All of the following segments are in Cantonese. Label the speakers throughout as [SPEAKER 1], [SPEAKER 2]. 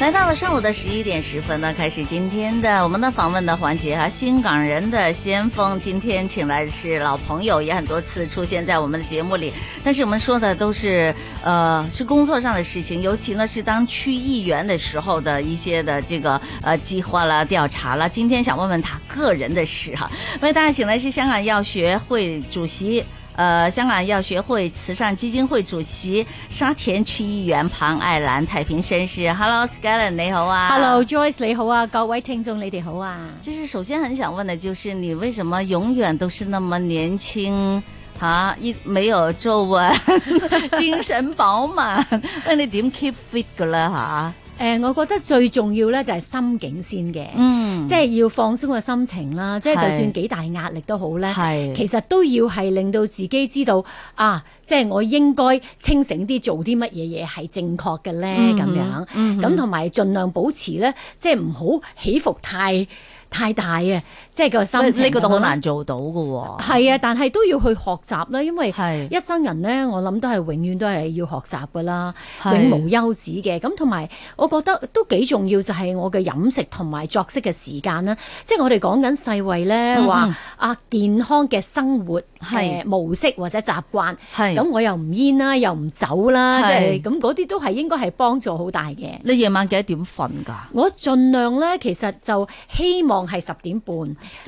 [SPEAKER 1] 来到了上午的十一点十分呢，开始今天的我们的访问的环节哈、新港人的先锋，今天请来的是老朋友，也很多次出现在我们的节目里，但是我们说的都是呃是工作上的事情，尤其呢是当区议员的时候的一些的这个呃计划啦、调查啦。今天想问问他个人的事哈、为大家请来是香港药学会主席。呃，香港药学会慈善基金会主席、沙田区议员庞爱兰，太平绅士。Hello, s c a l l e n 你好啊。
[SPEAKER 2] Hello Joyce 你好啊，各位聽眾你哋好啊。
[SPEAKER 1] 其实首先很想问的就是，你为什么永远都是那么年轻？啊！一没有皱纹， 精神饱满，喂，你點 keep fit 噶啦吓？
[SPEAKER 2] 诶、我覺得最重要咧就係心境先嘅，
[SPEAKER 1] 嗯，
[SPEAKER 2] 即係要放鬆個心情啦。即
[SPEAKER 1] 係
[SPEAKER 2] 係就算幾大壓力都好咧，
[SPEAKER 1] 係
[SPEAKER 2] 其實都要係令到自己知道啊，即係我應該清醒啲，做啲乜嘢嘢係正確嘅咧
[SPEAKER 1] 嗯
[SPEAKER 2] 咁
[SPEAKER 1] 哼
[SPEAKER 2] 樣。
[SPEAKER 1] 嗯哼
[SPEAKER 2] 咁同埋盡量保持咧，即係唔好起伏太太大啊！即係個心情
[SPEAKER 1] 呢個都
[SPEAKER 2] 咁
[SPEAKER 1] 好
[SPEAKER 2] 樣啦
[SPEAKER 1] 難做到噶喎。
[SPEAKER 2] 係啊，但係都要去學習啦，因為
[SPEAKER 1] 係
[SPEAKER 2] 一生人咧，我諗都係永遠都係要學習噶啦，
[SPEAKER 1] 係
[SPEAKER 2] 永無休止嘅。咁同埋，我覺得都幾重要就係我嘅飲食同埋作息嘅時間啦。即係我哋講緊世衞咧
[SPEAKER 1] 嗯
[SPEAKER 2] 話
[SPEAKER 1] 嗯
[SPEAKER 2] 啊，健康嘅生活
[SPEAKER 1] 係
[SPEAKER 2] 呃模式或者習慣。
[SPEAKER 1] 係
[SPEAKER 2] 咁我又唔煙啦，又唔酒啦，即
[SPEAKER 1] 係
[SPEAKER 2] 係咁嗰啲都係應該係幫助好大嘅。
[SPEAKER 1] 你夜晚幾多點瞓㗎？
[SPEAKER 2] 我盡量咧，其實就希望係十點半，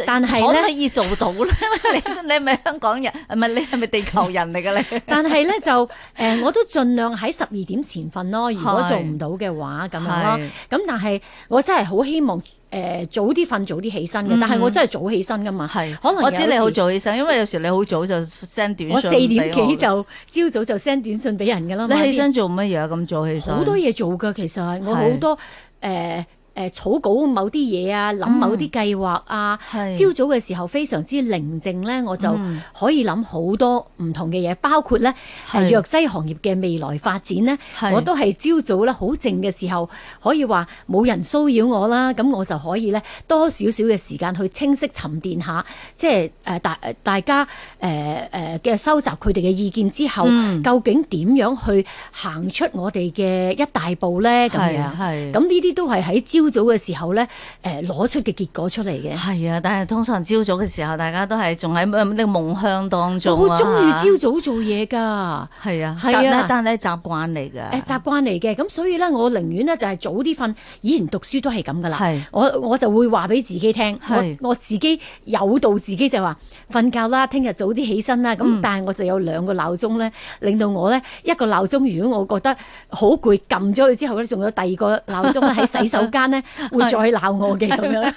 [SPEAKER 2] 但係
[SPEAKER 1] 可唔
[SPEAKER 2] 咧
[SPEAKER 1] 可。以做到 咧？你你係咪香港人？唔係你係咪地球人嚟㗎？你
[SPEAKER 2] 但係咧就誒、呃我都盡量喺十二點前瞓咯。如果做唔到嘅話，咁樣咯
[SPEAKER 1] 係。
[SPEAKER 2] 咁但係我真係好希望誒、呃早啲瞓，早啲起身
[SPEAKER 1] 嗯
[SPEAKER 2] 嘅。但係我真係早起身噶嘛，
[SPEAKER 1] 係
[SPEAKER 2] 可能
[SPEAKER 1] 我知你好
[SPEAKER 2] 有時。
[SPEAKER 1] 早起身，因為有時你好早就 send 短信
[SPEAKER 2] 我四點
[SPEAKER 1] 俾我
[SPEAKER 2] 幾就朝早就 send 短信俾人噶啦嘛。
[SPEAKER 1] 你起身做乜嘢啊？咁早起
[SPEAKER 2] 啲
[SPEAKER 1] 身
[SPEAKER 2] 好多嘢做噶，其實我好多誒誒、呃呃草稿某啲嘢啊，諗某
[SPEAKER 1] 嗯
[SPEAKER 2] 啲計劃啊。
[SPEAKER 1] 係
[SPEAKER 2] 朝早嘅時候非常之寧靜咧，我就
[SPEAKER 1] 嗯
[SPEAKER 2] 可以諗好多唔同嘅嘢，包括咧
[SPEAKER 1] 係
[SPEAKER 2] 係藥劑行業嘅未來發展咧
[SPEAKER 1] 係，
[SPEAKER 2] 我都係朝早咧好靜嘅時候，可以話冇人騷擾我啦，咁我就可以咧多少少嘅時間去清晰沉澱下，即係誒、呃大呃大家誒誒嘅收集佢哋嘅意見之後，
[SPEAKER 1] 嗯
[SPEAKER 2] 究竟點樣去行出我哋嘅一大步咧？咁
[SPEAKER 1] 係
[SPEAKER 2] 樣
[SPEAKER 1] 係
[SPEAKER 2] 咁呢啲都係喺朝早嘅時候咧，誒、攞出嘅結果出嚟嘅。
[SPEAKER 1] 係啊，但係通常朝早嘅時候，大家都係仲喺嗯呢個夢鄉當中
[SPEAKER 2] 我
[SPEAKER 1] 啊
[SPEAKER 2] 好中意朝早做嘢㗎，
[SPEAKER 1] 係啊，
[SPEAKER 2] 係啊
[SPEAKER 1] 但係但係習慣嚟㗎。
[SPEAKER 2] 誒習慣嚟嘅，咁所以咧，我寧願咧就係早啲瞓。以前讀書都係咁㗎啦
[SPEAKER 1] 係，
[SPEAKER 2] 我我就會話俾自己聽，
[SPEAKER 1] 係
[SPEAKER 2] 我我自己誘導自己就話瞓覺啦，聽日早啲起身啦。咁、
[SPEAKER 1] 嗯
[SPEAKER 2] 但係我就有兩個鬧鐘咧，令到我咧一個鬧鐘，如果我覺得好攰，撳咗佢之後咧，仲有第二個鬧鐘咧喺洗手 間咧會再鬧我嘅咁樣，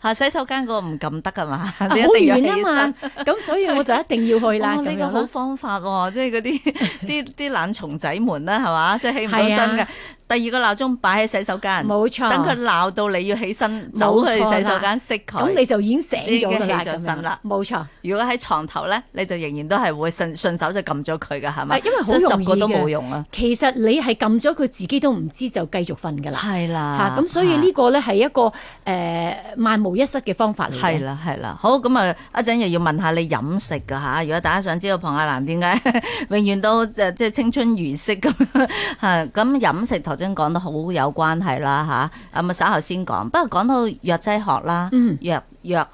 [SPEAKER 2] 好
[SPEAKER 1] 嚇洗手間嗰個唔撳得㗎嘛？ 好
[SPEAKER 2] 遠啊嘛。咁所以我就一定要去啦，
[SPEAKER 1] 哦
[SPEAKER 2] 咁、
[SPEAKER 1] 呢
[SPEAKER 2] 樣
[SPEAKER 1] 個好
[SPEAKER 2] 咯。
[SPEAKER 1] 方法喎、 即係嗰啲啲啲懶蟲仔們啦，係嘛？即係起唔到身
[SPEAKER 2] 係
[SPEAKER 1] 嘅。
[SPEAKER 2] 啊
[SPEAKER 1] 第二個鬧鐘擺喺洗手間，
[SPEAKER 2] 冇錯
[SPEAKER 1] 等佢鬧到你要起身走去洗手間熄
[SPEAKER 2] 咁你
[SPEAKER 1] 佢。
[SPEAKER 2] 就已經醒
[SPEAKER 1] 已經
[SPEAKER 2] 咗㗎啦，
[SPEAKER 1] 起咗
[SPEAKER 2] 咁
[SPEAKER 1] 身
[SPEAKER 2] 樣
[SPEAKER 1] 啦
[SPEAKER 2] 冇錯。
[SPEAKER 1] 如果喺床頭咧，你就仍然都係會順順手就撳咗佢㗎，係咪？
[SPEAKER 2] 啊因為好
[SPEAKER 1] 所以
[SPEAKER 2] 容易
[SPEAKER 1] 十個都
[SPEAKER 2] 嘅
[SPEAKER 1] 冇用啊。
[SPEAKER 2] 其實你係撳咗佢自己都唔知就繼續瞓㗎啦。
[SPEAKER 1] 係啦
[SPEAKER 2] 嚇咁、所以呢個咧係一個誒、呃、萬無一失嘅方法嚟
[SPEAKER 1] 係
[SPEAKER 2] 嘅。
[SPEAKER 1] 啦，係啦，好咁啊！一陣又要問下你飲食噶吓，如果大家想知道龐亞蘭點解 永遠都即係即係青春如昔咁 吓，咁飲食頭先講到好有關係啦吓，咁啊稍後先講。不過講到藥劑學啦，
[SPEAKER 2] 嗯
[SPEAKER 1] 藥藥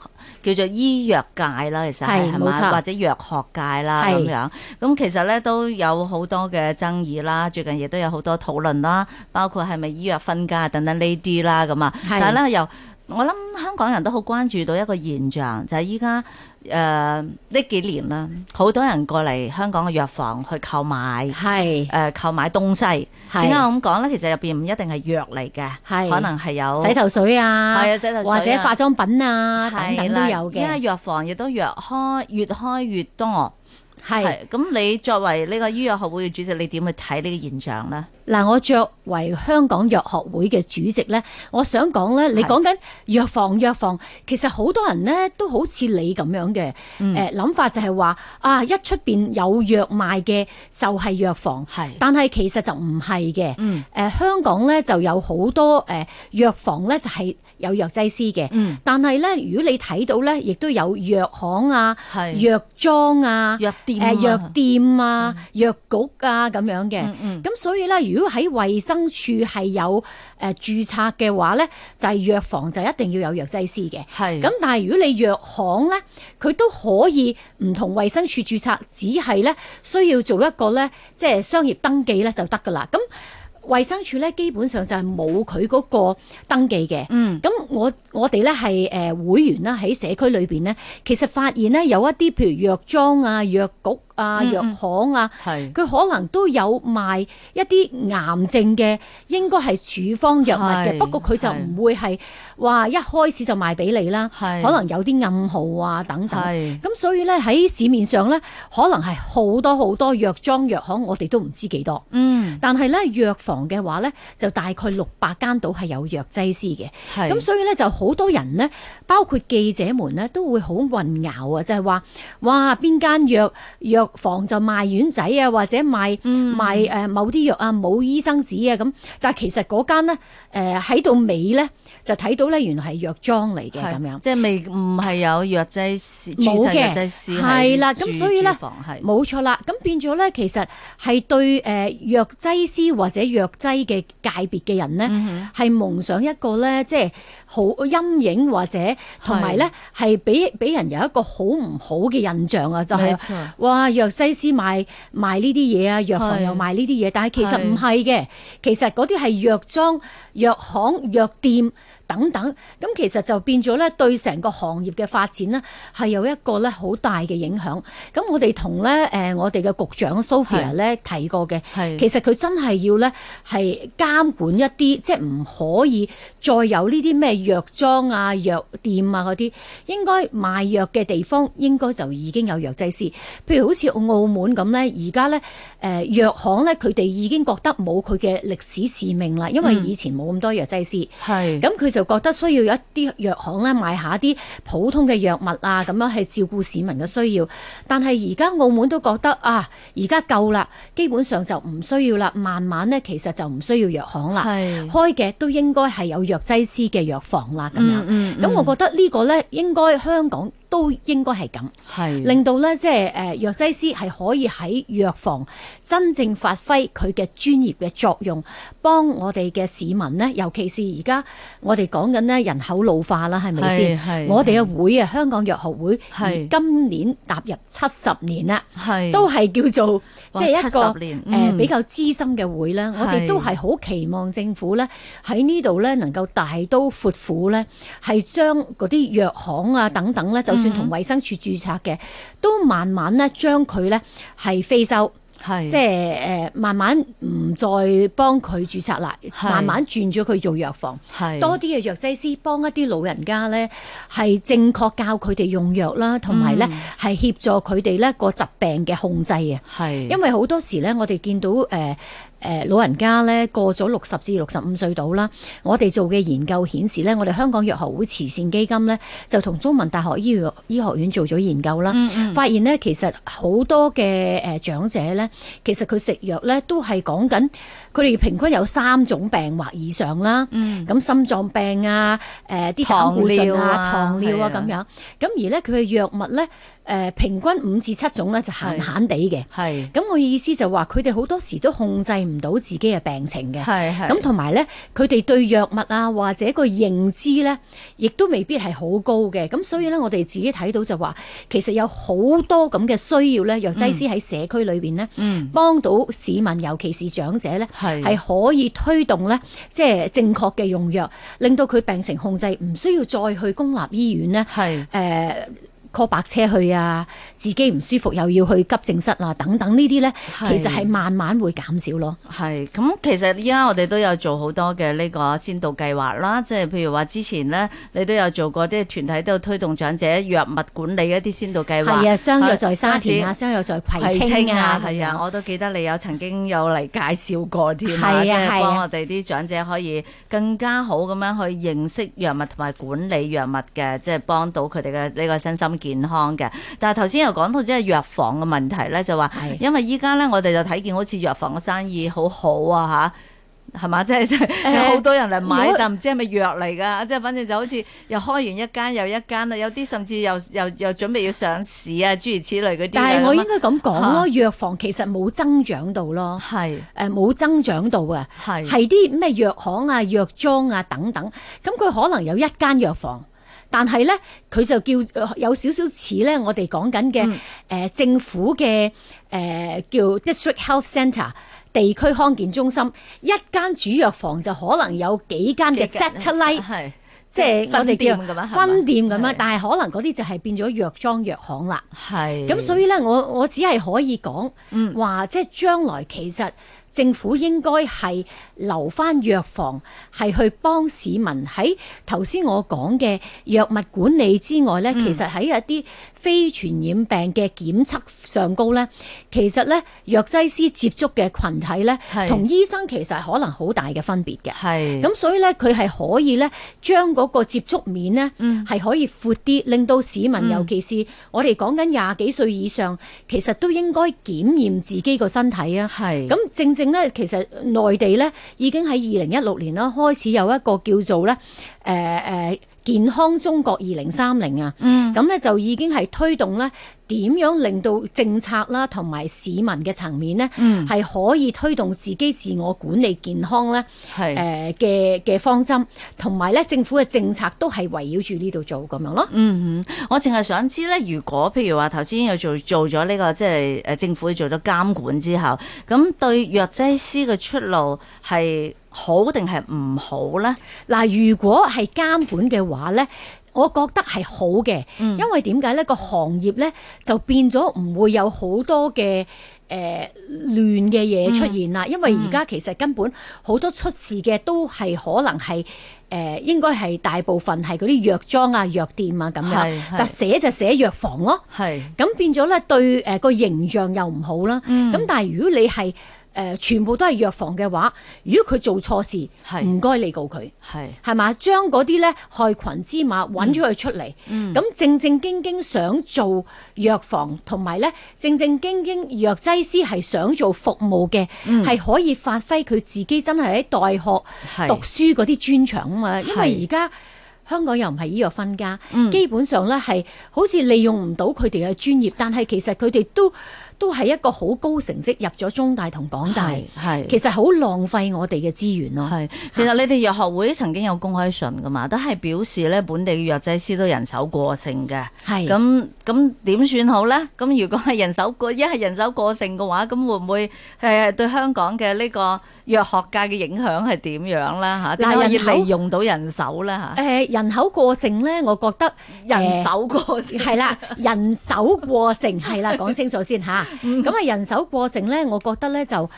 [SPEAKER 1] 叫做醫藥界啦，其實係
[SPEAKER 2] 係
[SPEAKER 1] 係
[SPEAKER 2] 冇
[SPEAKER 1] 嘛，
[SPEAKER 2] 錯
[SPEAKER 1] 或者藥學界啦
[SPEAKER 2] 係
[SPEAKER 1] 咁樣。咁其實咧都有好多嘅爭議啦，最近亦都有好多討論啦，包括係咪醫藥分家等等呢啲啦咁啊。
[SPEAKER 2] 係
[SPEAKER 1] 但係咧又我諗香港人都好關注到一個現象，就係依家誒呢幾年啦，好多人過嚟香港嘅藥房去購買誒、
[SPEAKER 2] 係
[SPEAKER 1] 呃、購買東西。
[SPEAKER 2] 係
[SPEAKER 1] 點解我咁講咧？其實入邊唔一定係藥嚟嘅，
[SPEAKER 2] 係
[SPEAKER 1] 可能係有
[SPEAKER 2] 洗頭水啊，
[SPEAKER 1] 係啊洗頭水啊
[SPEAKER 2] 或者化妝品啊等
[SPEAKER 1] 係
[SPEAKER 2] 等
[SPEAKER 1] 啦
[SPEAKER 2] 都有
[SPEAKER 1] 依家
[SPEAKER 2] 嘅。
[SPEAKER 1] 藥房亦都越開越開越多。
[SPEAKER 2] 係
[SPEAKER 1] 係咁，你作為呢個醫藥學會嘅主席，你點去睇呢個現象咧？
[SPEAKER 2] 嗱，我作為香港藥學會嘅主席咧，我想講咧，你
[SPEAKER 1] 係
[SPEAKER 2] 講緊藥房藥房，其實好多人咧都好似你咁樣嘅，誒諗、
[SPEAKER 1] 嗯
[SPEAKER 2] 法就係話啊，一出邊有藥賣嘅就係藥房，
[SPEAKER 1] 係
[SPEAKER 2] 但係其實就唔係嘅，誒、
[SPEAKER 1] 嗯
[SPEAKER 2] 香港咧就有好多誒藥、房咧就係、有藥劑師嘅，
[SPEAKER 1] 嗯
[SPEAKER 2] 但係咧如果你睇到咧，亦都有藥行啊、
[SPEAKER 1] 係
[SPEAKER 2] 藥妝啊、
[SPEAKER 1] 藥店啊
[SPEAKER 2] 誒藥店啊、藥局啊咁樣嘅。
[SPEAKER 1] 嗯嗯
[SPEAKER 2] 咁所以咧，如果喺衛生署係有誒註冊嘅話咧，就係、藥房就一定要有藥劑師嘅。
[SPEAKER 1] 係
[SPEAKER 2] 咁但係如果你藥行咧，佢都可以唔同衛生署註冊，只係咧需要做一個咧即係商業登記咧就得㗎啦。咁衛生署咧基本上就係冇佢嗰個登記嘅。
[SPEAKER 1] 嗯
[SPEAKER 2] 咁我我哋咧係誒會員啦，喺社區裏邊咧，其實發現咧有一啲譬如藥妝啊、藥局啊、
[SPEAKER 1] 嗯嗯
[SPEAKER 2] 藥行啊。
[SPEAKER 1] 係
[SPEAKER 2] 佢可能都有賣一啲癌症嘅，應該係處方藥物
[SPEAKER 1] 係
[SPEAKER 2] 嘅。不過佢就唔會係話一開始就賣俾你啦，可
[SPEAKER 1] 係
[SPEAKER 2] 能有啲暗號啊等等。
[SPEAKER 1] 係
[SPEAKER 2] 咁所以咧喺市面上咧，可能係好多好多藥妝藥行，我哋都唔知幾多。
[SPEAKER 1] 嗯
[SPEAKER 2] 但係咧藥房嘅話咧，就大概六百間到係有藥劑師嘅。
[SPEAKER 1] 係
[SPEAKER 2] 咁所以咧就好多人咧，包括記者們咧，都會好混淆啊！就係、話，哇邊間藥藥房就賣丸仔啊，或者賣、
[SPEAKER 1] 嗯
[SPEAKER 2] 賣誒、呃某啲藥啊，冇醫生紙啊咁。但係其實嗰間咧誒喺到尾咧就睇到咧，原來係藥妝嚟嘅
[SPEAKER 1] 係
[SPEAKER 2] 咁樣。
[SPEAKER 1] 即係未唔係有藥劑師注
[SPEAKER 2] 冇
[SPEAKER 1] 射藥
[SPEAKER 2] 嘅
[SPEAKER 1] 劑師
[SPEAKER 2] 係啦
[SPEAKER 1] 喺
[SPEAKER 2] 咁
[SPEAKER 1] 住
[SPEAKER 2] 所以
[SPEAKER 1] 住
[SPEAKER 2] 呢
[SPEAKER 1] 房係
[SPEAKER 2] 冇錯啦，咁變咗咧，其實係對誒藥劑師或者藥劑嘅界別嘅人咧，
[SPEAKER 1] 嗯
[SPEAKER 2] 係、蒙上一個咧，即係好陰影或者同埋咧係俾俾人有一個好唔好嘅印象啊，就
[SPEAKER 1] 冇
[SPEAKER 2] 係、
[SPEAKER 1] 錯
[SPEAKER 2] 哇藥劑師賣賣呢啲嘢啊，藥房
[SPEAKER 1] 係
[SPEAKER 2] 又賣呢啲嘢，但係其實唔係嘅，其實嗰啲係藥妝、藥行、藥店。等等，咁其實就變咗咧，對成個行業嘅發展咧，係有一個咧好大嘅影響。咁我哋同咧誒我哋嘅局長 Sophia 咧提過嘅，
[SPEAKER 1] 係
[SPEAKER 2] 其實佢真係要咧係監管一啲，即係唔可以再有呢啲咩藥妝啊、藥店啊嗰啲，應該賣藥嘅地方應該就已經有藥劑師。譬如好似澳門咁咧，而家咧誒藥行咧，佢哋已經覺得冇佢嘅歷史使命啦，因為以前冇咁多藥劑師。
[SPEAKER 1] 係
[SPEAKER 2] 咁佢就覺得需要有一啲藥行咧買下啲普通嘅藥物啊，咁樣係照顧市民嘅需要。但係而家澳門都覺得啊，而家夠啦，基本上就唔需要啦。慢慢咧，其實就唔需要藥行啦，
[SPEAKER 1] 係
[SPEAKER 2] 開嘅都應該係有藥劑師嘅藥房啦，咁樣。咁、
[SPEAKER 1] 嗯
[SPEAKER 2] 我覺得呢個咧，應該香港都應該係咁。
[SPEAKER 1] 係
[SPEAKER 2] 令到咧即係誒藥劑師係可以喺藥房真正發揮佢嘅專業嘅作用，幫我哋嘅市民咧，尤其是而家我哋講緊咧人口老化啦，係咪
[SPEAKER 1] 係係
[SPEAKER 2] 先？我哋嘅會啊，香港藥學會，而
[SPEAKER 1] 係
[SPEAKER 2] 今年踏入七十年啦。
[SPEAKER 1] 係
[SPEAKER 2] 都係叫做
[SPEAKER 1] 哇
[SPEAKER 2] 即係一個
[SPEAKER 1] 70
[SPEAKER 2] 誒
[SPEAKER 1] 年、嗯
[SPEAKER 2] 比較資深嘅會啦。我哋都係好期望政府咧喺呢度咧能夠大刀闊斧咧，係將嗰啲藥行啊等等咧，
[SPEAKER 1] 嗯
[SPEAKER 2] 就算同衛生署註冊嘅，都慢慢咧將佢咧係非收。
[SPEAKER 1] 係
[SPEAKER 2] 即係誒，慢慢唔再幫佢註冊啦，
[SPEAKER 1] 係
[SPEAKER 2] 慢慢轉咗佢做藥房。
[SPEAKER 1] 係
[SPEAKER 2] 多啲嘅藥劑師幫一啲老人家咧，係正確教佢哋用藥啦，同埋
[SPEAKER 1] 嗯
[SPEAKER 2] 咧係協助佢哋咧個疾病嘅控制啊。
[SPEAKER 1] 係
[SPEAKER 2] 因為好多時咧，我哋見到誒誒、呃老人家咧過咗六十至六十五歲到啦，我哋做嘅研究顯示咧，我哋香港藥學會慈善基金咧就同中文大學醫藥醫學院做咗研究啦，
[SPEAKER 1] 嗯
[SPEAKER 2] 發現咧其實好多嘅誒長者咧，其實佢食藥咧都係講緊佢哋平均有三種病或以上啦，咁、
[SPEAKER 1] 嗯
[SPEAKER 2] 心臟病啊、誒啲膽固醇啊、
[SPEAKER 1] 糖
[SPEAKER 2] 糖
[SPEAKER 1] 尿
[SPEAKER 2] 尿
[SPEAKER 1] 啊
[SPEAKER 2] 啊咁樣，咁而咧佢嘅藥物咧誒、呃平均五至七種咧就閒閒地嘅。
[SPEAKER 1] 係
[SPEAKER 2] 咁我意思就話，佢哋好多時都控制唔到自己嘅病情嘅。
[SPEAKER 1] 係係
[SPEAKER 2] 咁同埋咧，佢哋對藥物啊或者個認知咧，亦都未必係好高嘅。咁所以咧，我哋自己睇到就話，其實有好多咁嘅需要咧，藥劑師喺社區裏邊咧，
[SPEAKER 1] 嗯
[SPEAKER 2] 幫到市民，尤其是長者咧，
[SPEAKER 1] 係
[SPEAKER 2] 係可以推動咧，即係正確嘅用藥，令到佢病情控制，唔需要再去公立醫院咧。
[SPEAKER 1] 係
[SPEAKER 2] 誒呃 call 白車去啊，自己唔舒服又要去急症室啊，等等呢啲咧，
[SPEAKER 1] 係
[SPEAKER 2] 其實係慢慢會減少咯。
[SPEAKER 1] 係咁，其實依家我哋都有做好多嘅呢個先導計劃啦，即係譬如話之前呢，你都有做過啲團體都有推動長者藥物管理一啲先導計劃。
[SPEAKER 2] 係啊，相約在沙田
[SPEAKER 1] 嗰
[SPEAKER 2] 啊，
[SPEAKER 1] 時
[SPEAKER 2] 相約在葵青啊，
[SPEAKER 1] 係
[SPEAKER 2] 咁
[SPEAKER 1] 啊，
[SPEAKER 2] 樣
[SPEAKER 1] 我都記得你有曾經有嚟介紹過添
[SPEAKER 2] 係
[SPEAKER 1] 啊，
[SPEAKER 2] 啊
[SPEAKER 1] 即係
[SPEAKER 2] 係啊
[SPEAKER 1] 幫我哋啲長者可以更加好咁樣去認識藥物同埋管理藥物嘅，即係幫到佢哋嘅呢個身心健康嘅。但係頭先又講到即係藥房嘅問題咧，就話
[SPEAKER 2] 係
[SPEAKER 1] 因為依家咧我哋就睇見好似藥房嘅生意好好啊吓，係嘛？即 係即係
[SPEAKER 2] 誒
[SPEAKER 1] 好多人嚟買
[SPEAKER 2] 我，
[SPEAKER 1] 但唔知係咪藥嚟㗎？即係反正就好似又開完一間又一間啦，有啲甚至又又又準備要上市啊，諸如此類嗰啲㗎。啊
[SPEAKER 2] 但係我應該咁講
[SPEAKER 1] 嚇
[SPEAKER 2] 咯，藥房其實冇增長到咯，
[SPEAKER 1] 係
[SPEAKER 2] 誒冇增長到啊。
[SPEAKER 1] 係
[SPEAKER 2] 係啲咩藥行啊、藥妝啊等等，咁佢可能有一間藥房。但係咧，佢就叫呃有少少似咧，我哋講緊嘅誒政府嘅誒、呃叫 District Health Centre 地區康健中心，一間主藥房就可能有幾間嘅 satellite，
[SPEAKER 1] 係
[SPEAKER 2] 即係我哋叫
[SPEAKER 1] 咁樣
[SPEAKER 2] 分店咁樣，
[SPEAKER 1] 但
[SPEAKER 2] 但係可能嗰啲就係變咗藥妝藥行啦。
[SPEAKER 1] 係
[SPEAKER 2] 咁所以咧，我我只係可以講
[SPEAKER 1] 嗯
[SPEAKER 2] 話，即係將來其實政府應該係留翻藥房，係去幫市民喺頭先我講嘅藥物管理之外
[SPEAKER 1] 嗯
[SPEAKER 2] 咧，其實喺一啲非傳染病嘅檢測上高咧，其實咧藥劑師接觸嘅群體咧
[SPEAKER 1] 係，
[SPEAKER 2] 同醫生其實可能好大嘅分別嘅。
[SPEAKER 1] 係
[SPEAKER 2] 咁所以咧，佢係可以咧，將嗰個接觸面咧，係、
[SPEAKER 1] 嗯
[SPEAKER 2] 可以闊啲，令到市民，尤其是我哋講緊廿幾歲以上，其實都應該檢驗自己個身體啊。
[SPEAKER 1] 係
[SPEAKER 2] 咁正正咧，其實內地咧已經喺二零一六年啦，開始有一個叫做咧誒誒健康中國二零三零啊。
[SPEAKER 1] 嗯
[SPEAKER 2] 咁咧就已經係推動咧點樣令到政策啦同埋市民嘅層面咧，係、
[SPEAKER 1] 嗯
[SPEAKER 2] 可以推動自己自我管理健康咧。
[SPEAKER 1] 係
[SPEAKER 2] 誒嘅嘅方針，同埋咧政府嘅政策都係圍繞住呢度做咁樣咯。
[SPEAKER 1] 嗯哼，我淨係想知咧，如果譬如話頭先又做做咗呢、個即係誒政府做咗監管之後，咁對藥劑師嘅出路係好定係唔好咧？
[SPEAKER 2] 嗱，如果係監管嘅話咧。我覺得係好嘅，
[SPEAKER 1] 嗯
[SPEAKER 2] 因為點解呢個行業呢，就變咗唔會有好多嘅誒、呃、亂嘅嘢出現
[SPEAKER 1] 嗯
[SPEAKER 2] 啦。因為而家其實根本好多出事嘅都係可能係誒、呃、應該係大部分係嗰啲藥妝啊、藥店啊咁
[SPEAKER 1] 係
[SPEAKER 2] 樣
[SPEAKER 1] 係，
[SPEAKER 2] 但寫就寫藥房咯。
[SPEAKER 1] 係
[SPEAKER 2] 咁變咗咧對呃誒個、形象又唔好啦。咁、但係如果你係誒、呃全部都係藥房嘅話，如果佢做錯事
[SPEAKER 1] 係，
[SPEAKER 2] 唔該你告佢。
[SPEAKER 1] 係
[SPEAKER 2] 係嘛？將嗰啲咧害群之馬揾咗佢出嚟，咁、正正經經想做藥房，同埋咧正正經經藥劑師係想做服務嘅，係、可以發揮佢自己真係喺大
[SPEAKER 1] 係
[SPEAKER 2] 學讀書嗰啲專長啊嘛。因為而家香港又唔係醫藥分家，
[SPEAKER 1] 嗯
[SPEAKER 2] 基本上咧係好似利用唔到佢哋嘅專業，但係其實佢哋都都係一個好高成績入咗中大同港大，
[SPEAKER 1] 係係
[SPEAKER 2] 其實好浪費我哋嘅資源咯。
[SPEAKER 1] 係，其實你哋藥學會曾經有公開信噶嘛，都係表示咧本地嘅藥劑師都人手過剩嘅。
[SPEAKER 2] 係
[SPEAKER 1] 咁咁點算好咧？咁 如果係人手過一係人手過剩嘅話，咁會唔會誒對香港嘅呢個藥學界嘅影響係點樣咧？嚇，點
[SPEAKER 2] 嗱
[SPEAKER 1] 樣可以
[SPEAKER 2] 人口
[SPEAKER 1] 利用到人手咧？嚇
[SPEAKER 2] 誒、，人口過剩咧，我覺得
[SPEAKER 1] 人手過
[SPEAKER 2] 誒
[SPEAKER 1] 剩
[SPEAKER 2] 係啦，人手 過剩係啦，講清楚先吓。
[SPEAKER 1] 嗯
[SPEAKER 2] 咁啊，人手過剩咧，我覺得咧就誒、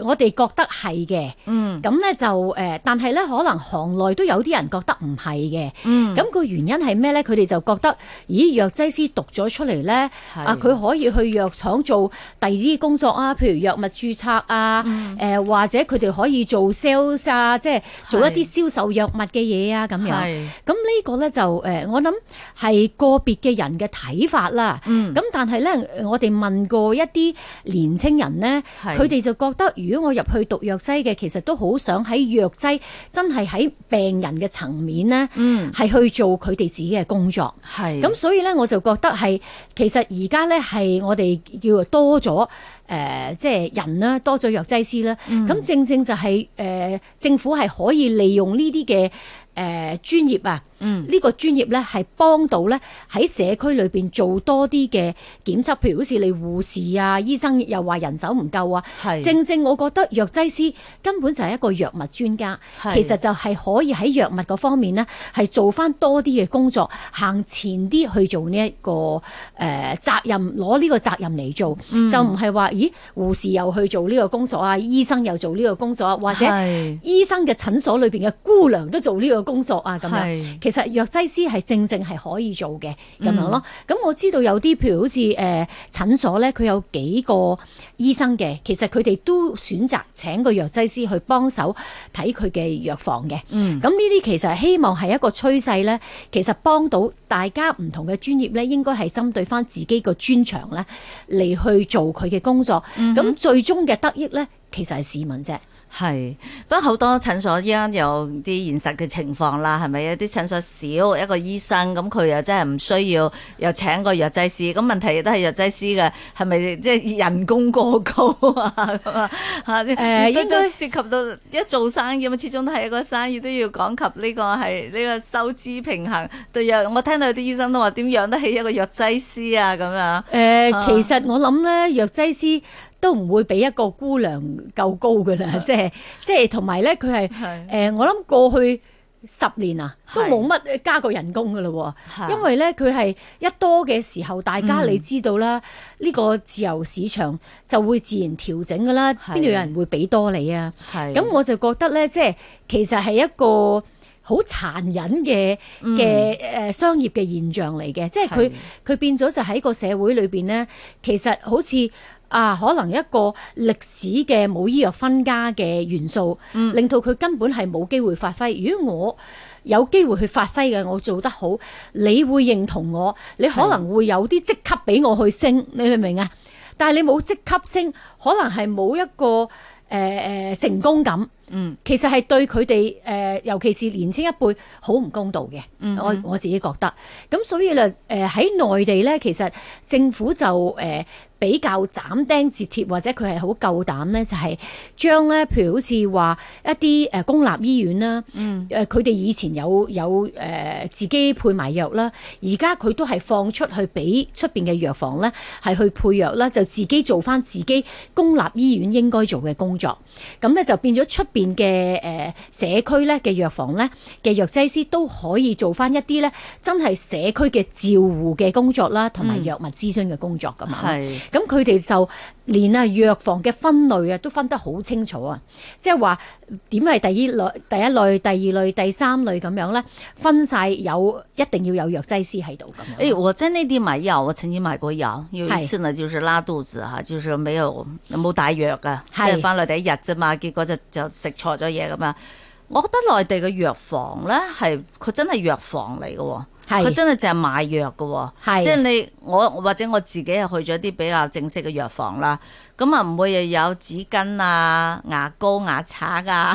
[SPEAKER 2] 我哋覺得係嘅。
[SPEAKER 1] 嗯
[SPEAKER 2] 咁咧就誒、但係咧可能行內都有啲人覺得唔係嘅。
[SPEAKER 1] 嗯
[SPEAKER 2] 咁、個原因係咩咧？佢哋就覺得，咦，藥劑師讀咗出嚟咧，
[SPEAKER 1] 係
[SPEAKER 2] 啊，佢可以去藥廠做第二啲工作啊，譬如藥物註冊啊，誒、
[SPEAKER 1] 嗯
[SPEAKER 2] 或者佢哋可以做 sales 啊，即係做一啲銷售藥物嘅嘢啊，咁樣。
[SPEAKER 1] 係
[SPEAKER 2] 咁呢個咧就誒、呃我諗係個別嘅人嘅睇法啦。
[SPEAKER 1] 嗯
[SPEAKER 2] 咁但係咧，我哋問過一啲年青人咧，
[SPEAKER 1] 係
[SPEAKER 2] 佢哋就覺得如果我入去讀藥劑嘅，其實都好想喺藥劑真係喺病人嘅層面咧，
[SPEAKER 1] 嗯
[SPEAKER 2] 係去做佢哋自己嘅工作。
[SPEAKER 1] 係
[SPEAKER 2] 咁所以咧，我就覺得係其實而家咧係我哋叫做多咗誒、呃即係人啦，多
[SPEAKER 1] 嗯
[SPEAKER 2] 咗藥劑師啦。咁、正正就係、誒、政府係可以利用呢啲嘅誒專業啊，
[SPEAKER 1] 嗯
[SPEAKER 2] 呢個專業咧係幫到咧喺社區裏邊做多啲嘅檢測，譬如好似你護士啊、醫生又話人手唔夠啊，
[SPEAKER 1] 係
[SPEAKER 2] 正正我覺得藥劑師根本就係一個藥物專家，
[SPEAKER 1] 係
[SPEAKER 2] 其實就係可以喺藥物嗰方面咧係做翻多啲嘅工作，行前啲去做呢、一個誒、呃、責任，攞呢個責任嚟做，
[SPEAKER 1] 嗯
[SPEAKER 2] 就唔係話咦護士又去做呢個工作啊，醫生又做呢個工作啊，或者
[SPEAKER 1] 係
[SPEAKER 2] 醫生嘅診所裏邊嘅姑娘都做呢個工作啊，咁
[SPEAKER 1] 係
[SPEAKER 2] 樣其實藥劑師係正正係可以做嘅咁樣
[SPEAKER 1] 嗯
[SPEAKER 2] 咯。咁、我知道有啲譬如好似誒、呃、診所咧，佢有幾個醫生嘅，其實佢哋都選擇請個藥劑師去幫手睇佢嘅藥房嘅。
[SPEAKER 1] 嗯
[SPEAKER 2] 咁呢啲其實希望係一個趨勢咧，其實幫到大家唔同嘅專業咧，應該係針對翻自己個專長咧嚟去做佢嘅工作。咁、
[SPEAKER 1] 嗯
[SPEAKER 2] 最終嘅得益咧，其實係市民啫。
[SPEAKER 1] 係，不過好多診所依家有啲現實嘅情況啦，係咪？有啲診所少一個醫生，咁佢又真係唔需要又請個藥劑師，咁問題亦都係藥劑師嘅係咪即係人工過高啊？咁 啊嚇，
[SPEAKER 2] 誒
[SPEAKER 1] 都
[SPEAKER 2] 應
[SPEAKER 1] 都
[SPEAKER 2] 該
[SPEAKER 1] 涉及到一做生意咁，啊始終都係一個生意都要講及呢個係呢個收支平衡。對藥，我聽到有啲醫生都話點養得起一個藥劑師啊咁樣。
[SPEAKER 2] 誒、呃其實我諗咧，藥劑師都唔會比一個姑娘夠高㗎啦，即係即係同埋咧，佢係
[SPEAKER 1] 係
[SPEAKER 2] 誒，我諗過去十年啊，都
[SPEAKER 1] 係
[SPEAKER 2] 冇乜加過人工㗎啦
[SPEAKER 1] 係
[SPEAKER 2] 喎，因為咧佢係一多嘅時候，大家
[SPEAKER 1] 嗯
[SPEAKER 2] 你知道啦，呢、個自由市場就會自然調整㗎啦，邊度有人會俾多你啊？
[SPEAKER 1] 係
[SPEAKER 2] 咁我就覺得咧，即係其實係一個好殘忍嘅嘅誒商業嘅現象嚟嘅，即係
[SPEAKER 1] 嗯係
[SPEAKER 2] 佢佢變咗就喺個社會裏邊咧，其實好似。啊，可能一個歷史嘅冇醫藥分家嘅元素，
[SPEAKER 1] 嗯
[SPEAKER 2] 令到佢根本係冇機會發揮。如果我有機會去發揮嘅，我做得好，你會認同我，你可能會有啲職級俾我去升，你明唔明啊？但係你冇職級升，可能係冇一個誒誒、呃成功感。
[SPEAKER 1] 嗯，
[SPEAKER 2] 其實係對佢哋誒，尤其是年青一輩，好唔公道嘅。
[SPEAKER 1] 嗯
[SPEAKER 2] 我我自己覺得。咁所以咧，誒喺內地咧，其實政府就誒、呃比較斬釘截鐵，或者佢係好夠膽咧，就係、將咧，譬如好似話一啲誒、呃公立醫院啦，
[SPEAKER 1] 嗯
[SPEAKER 2] 誒呃佢哋以前有有誒、呃自己配埋藥啦，而家佢都係放出去俾出邊嘅藥房咧，係去配藥啦，就自己做翻自己公立醫院應該做嘅工作。咁咧就變咗出邊嘅誒社區咧嘅藥房咧嘅藥劑師都可以做翻一啲咧真係社區嘅照護嘅工作啦，同埋藥物諮詢嘅工作咁樣。
[SPEAKER 1] 係
[SPEAKER 2] 咁佢哋就連啊藥房嘅分類啊都分得好清楚啊，即係話點係第一類、第一類、第二類、第三類咁樣咧，分晒有一定要有藥劑師喺度咁
[SPEAKER 1] 哎，
[SPEAKER 2] 樣。
[SPEAKER 1] 我在内地买药，我曾经买过药，有一
[SPEAKER 2] 係
[SPEAKER 1] 次呢就是拉肚子吓，就是没有冇帶藥噶，即
[SPEAKER 2] 係
[SPEAKER 1] 係翻內地一日啫嘛，結果就就食錯咗嘢咁啊。我覺得內地嘅藥房咧係佢真係藥房嚟嘅喎，
[SPEAKER 2] 係
[SPEAKER 1] 佢真係淨係賣藥嘅喎。
[SPEAKER 2] 係
[SPEAKER 1] 即係你我或者我自己係去咗啲比較正式嘅藥房啦，咁啊唔會又有紙巾啊、牙膏、牙刷啊，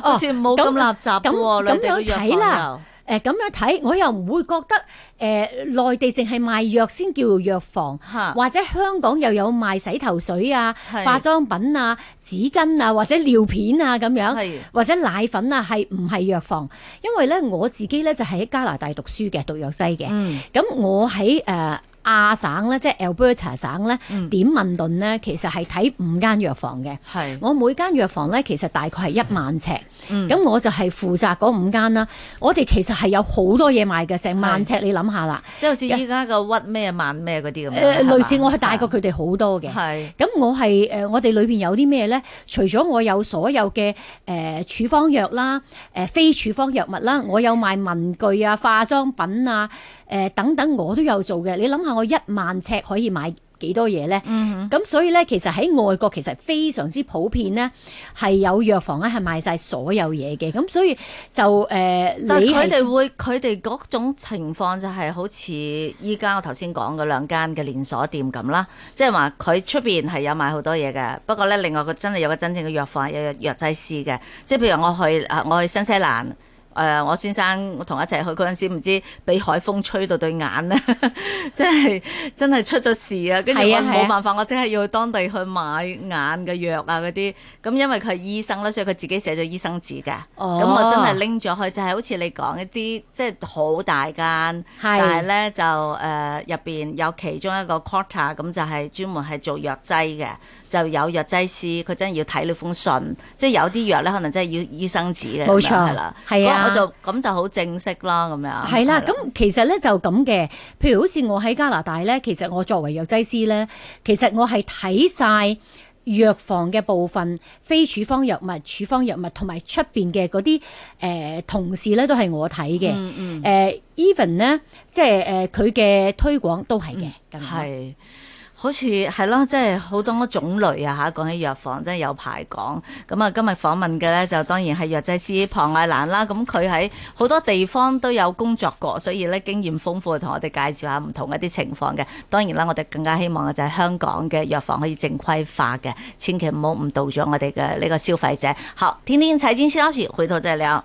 [SPEAKER 1] 好似冇咁
[SPEAKER 2] 哦咁
[SPEAKER 1] 垃圾嘅喎。
[SPEAKER 2] 咁
[SPEAKER 1] 內地嘅
[SPEAKER 2] 咁樣
[SPEAKER 1] 藥
[SPEAKER 2] 睇啦
[SPEAKER 1] 房
[SPEAKER 2] 誒咁樣睇，我又唔會覺得誒內、地淨係賣藥先叫藥房，
[SPEAKER 1] 嚇
[SPEAKER 2] 或者香港又有賣洗頭水啊、
[SPEAKER 1] 啊係
[SPEAKER 2] 化妝品啊、紙巾啊，或者尿片啊咁
[SPEAKER 1] 係
[SPEAKER 2] 樣，或者奶粉啊，係唔係藥房？因為咧我自己咧就係喺加拿大讀書嘅，讀藥劑嘅。
[SPEAKER 1] 嗯
[SPEAKER 2] 咁我喺誒、呃、亞省咧，即係 Alberta 省咧，
[SPEAKER 1] 嗯
[SPEAKER 2] 點問頓咧，其實係睇五間藥房嘅。
[SPEAKER 1] 就係
[SPEAKER 2] 我每間藥房咧，其實大概係一萬尺，咁、
[SPEAKER 1] 嗯
[SPEAKER 2] 我就係負責嗰五間啦。我哋其實係有好多嘢賣嘅，成萬尺你諗下啦。
[SPEAKER 1] 即係好似依家嘅屈咩慢咩嗰啲咁樣。
[SPEAKER 2] 誒、
[SPEAKER 1] 係嘛
[SPEAKER 2] 類似我係大過佢哋好多嘅。
[SPEAKER 1] 係
[SPEAKER 2] 咁我係誒、呃我哋裏邊有啲咩咧？除咗我有所有嘅誒、呃、處方藥啦、誒、非處方藥物啦，我有賣文具啊、化妝品啊、誒、等等，我都有做嘅。你諗下，我一萬尺可以買幾多嘢咧？咁、
[SPEAKER 1] 嗯
[SPEAKER 2] 所以咧，其實喺外國其實非常之普遍咧，係有藥房咧係賣晒所有嘢嘅。咁所以就誒、呃你
[SPEAKER 1] 但係佢
[SPEAKER 2] 係
[SPEAKER 1] 哋會佢哋嗰種情況就係好似依家我頭先講嗰兩間嘅連鎖店咁啦，即係話佢出邊係有賣好多嘢嘅，不過咧另外佢真係有個真正嘅藥房有藥藥劑師嘅，即係譬如我去啊我去新西蘭。誒我先生我同我一齊去嗰陣時，唔知俾海風吹到對眼咧， 真係真係出咗事啊！跟住
[SPEAKER 2] 係
[SPEAKER 1] 我
[SPEAKER 2] 啊係啊
[SPEAKER 1] 冇辦法，我即係要去當地去買眼嘅藥啊嗰啲。咁因為佢係醫生啦，所以佢自己寫咗醫生紙嘅。
[SPEAKER 2] 哦
[SPEAKER 1] 咁我真係拎咗去，就係好似你講一啲即係好大間，但係
[SPEAKER 2] 係
[SPEAKER 1] 咧就誒入邊有其中一個 quarter 咁就係專門係做藥劑嘅，就有藥劑師佢真係要睇你封信，即係有啲藥咧可能真係要醫生紙嘅，
[SPEAKER 2] 冇
[SPEAKER 1] 咁樣
[SPEAKER 2] 錯
[SPEAKER 1] 係啦，
[SPEAKER 2] 係啊
[SPEAKER 1] 咁我就咁就好正式啊啦，咁樣
[SPEAKER 2] 係啦，咁其實咧就咁嘅，譬如好似我喺加拿大咧，其實我作為藥劑師咧，其實我係睇晒藥房嘅部分、非處方藥物、處方藥物同埋出邊嘅嗰啲誒同事咧，都係我睇嘅。
[SPEAKER 1] 嗯嗯。
[SPEAKER 2] 誒 even 咧，即係誒佢嘅推廣都係嘅，
[SPEAKER 1] 嗯
[SPEAKER 2] 咁樣
[SPEAKER 1] 係。好似係咯，即係好多種類啊嚇！講起藥房真係有排講。咁啊，今日訪問嘅咧就當然係藥劑師龐愛蘭啦。咁佢喺好多地方都有工作過，所以咧經驗豐富，同我哋介紹下唔同一啲情況嘅。當然啦，我哋更加希望嘅就係香港嘅藥房可以正規化嘅，千祈唔好誤導咗我哋嘅呢個消費者。好，聽聽財經消息，回頭再聊。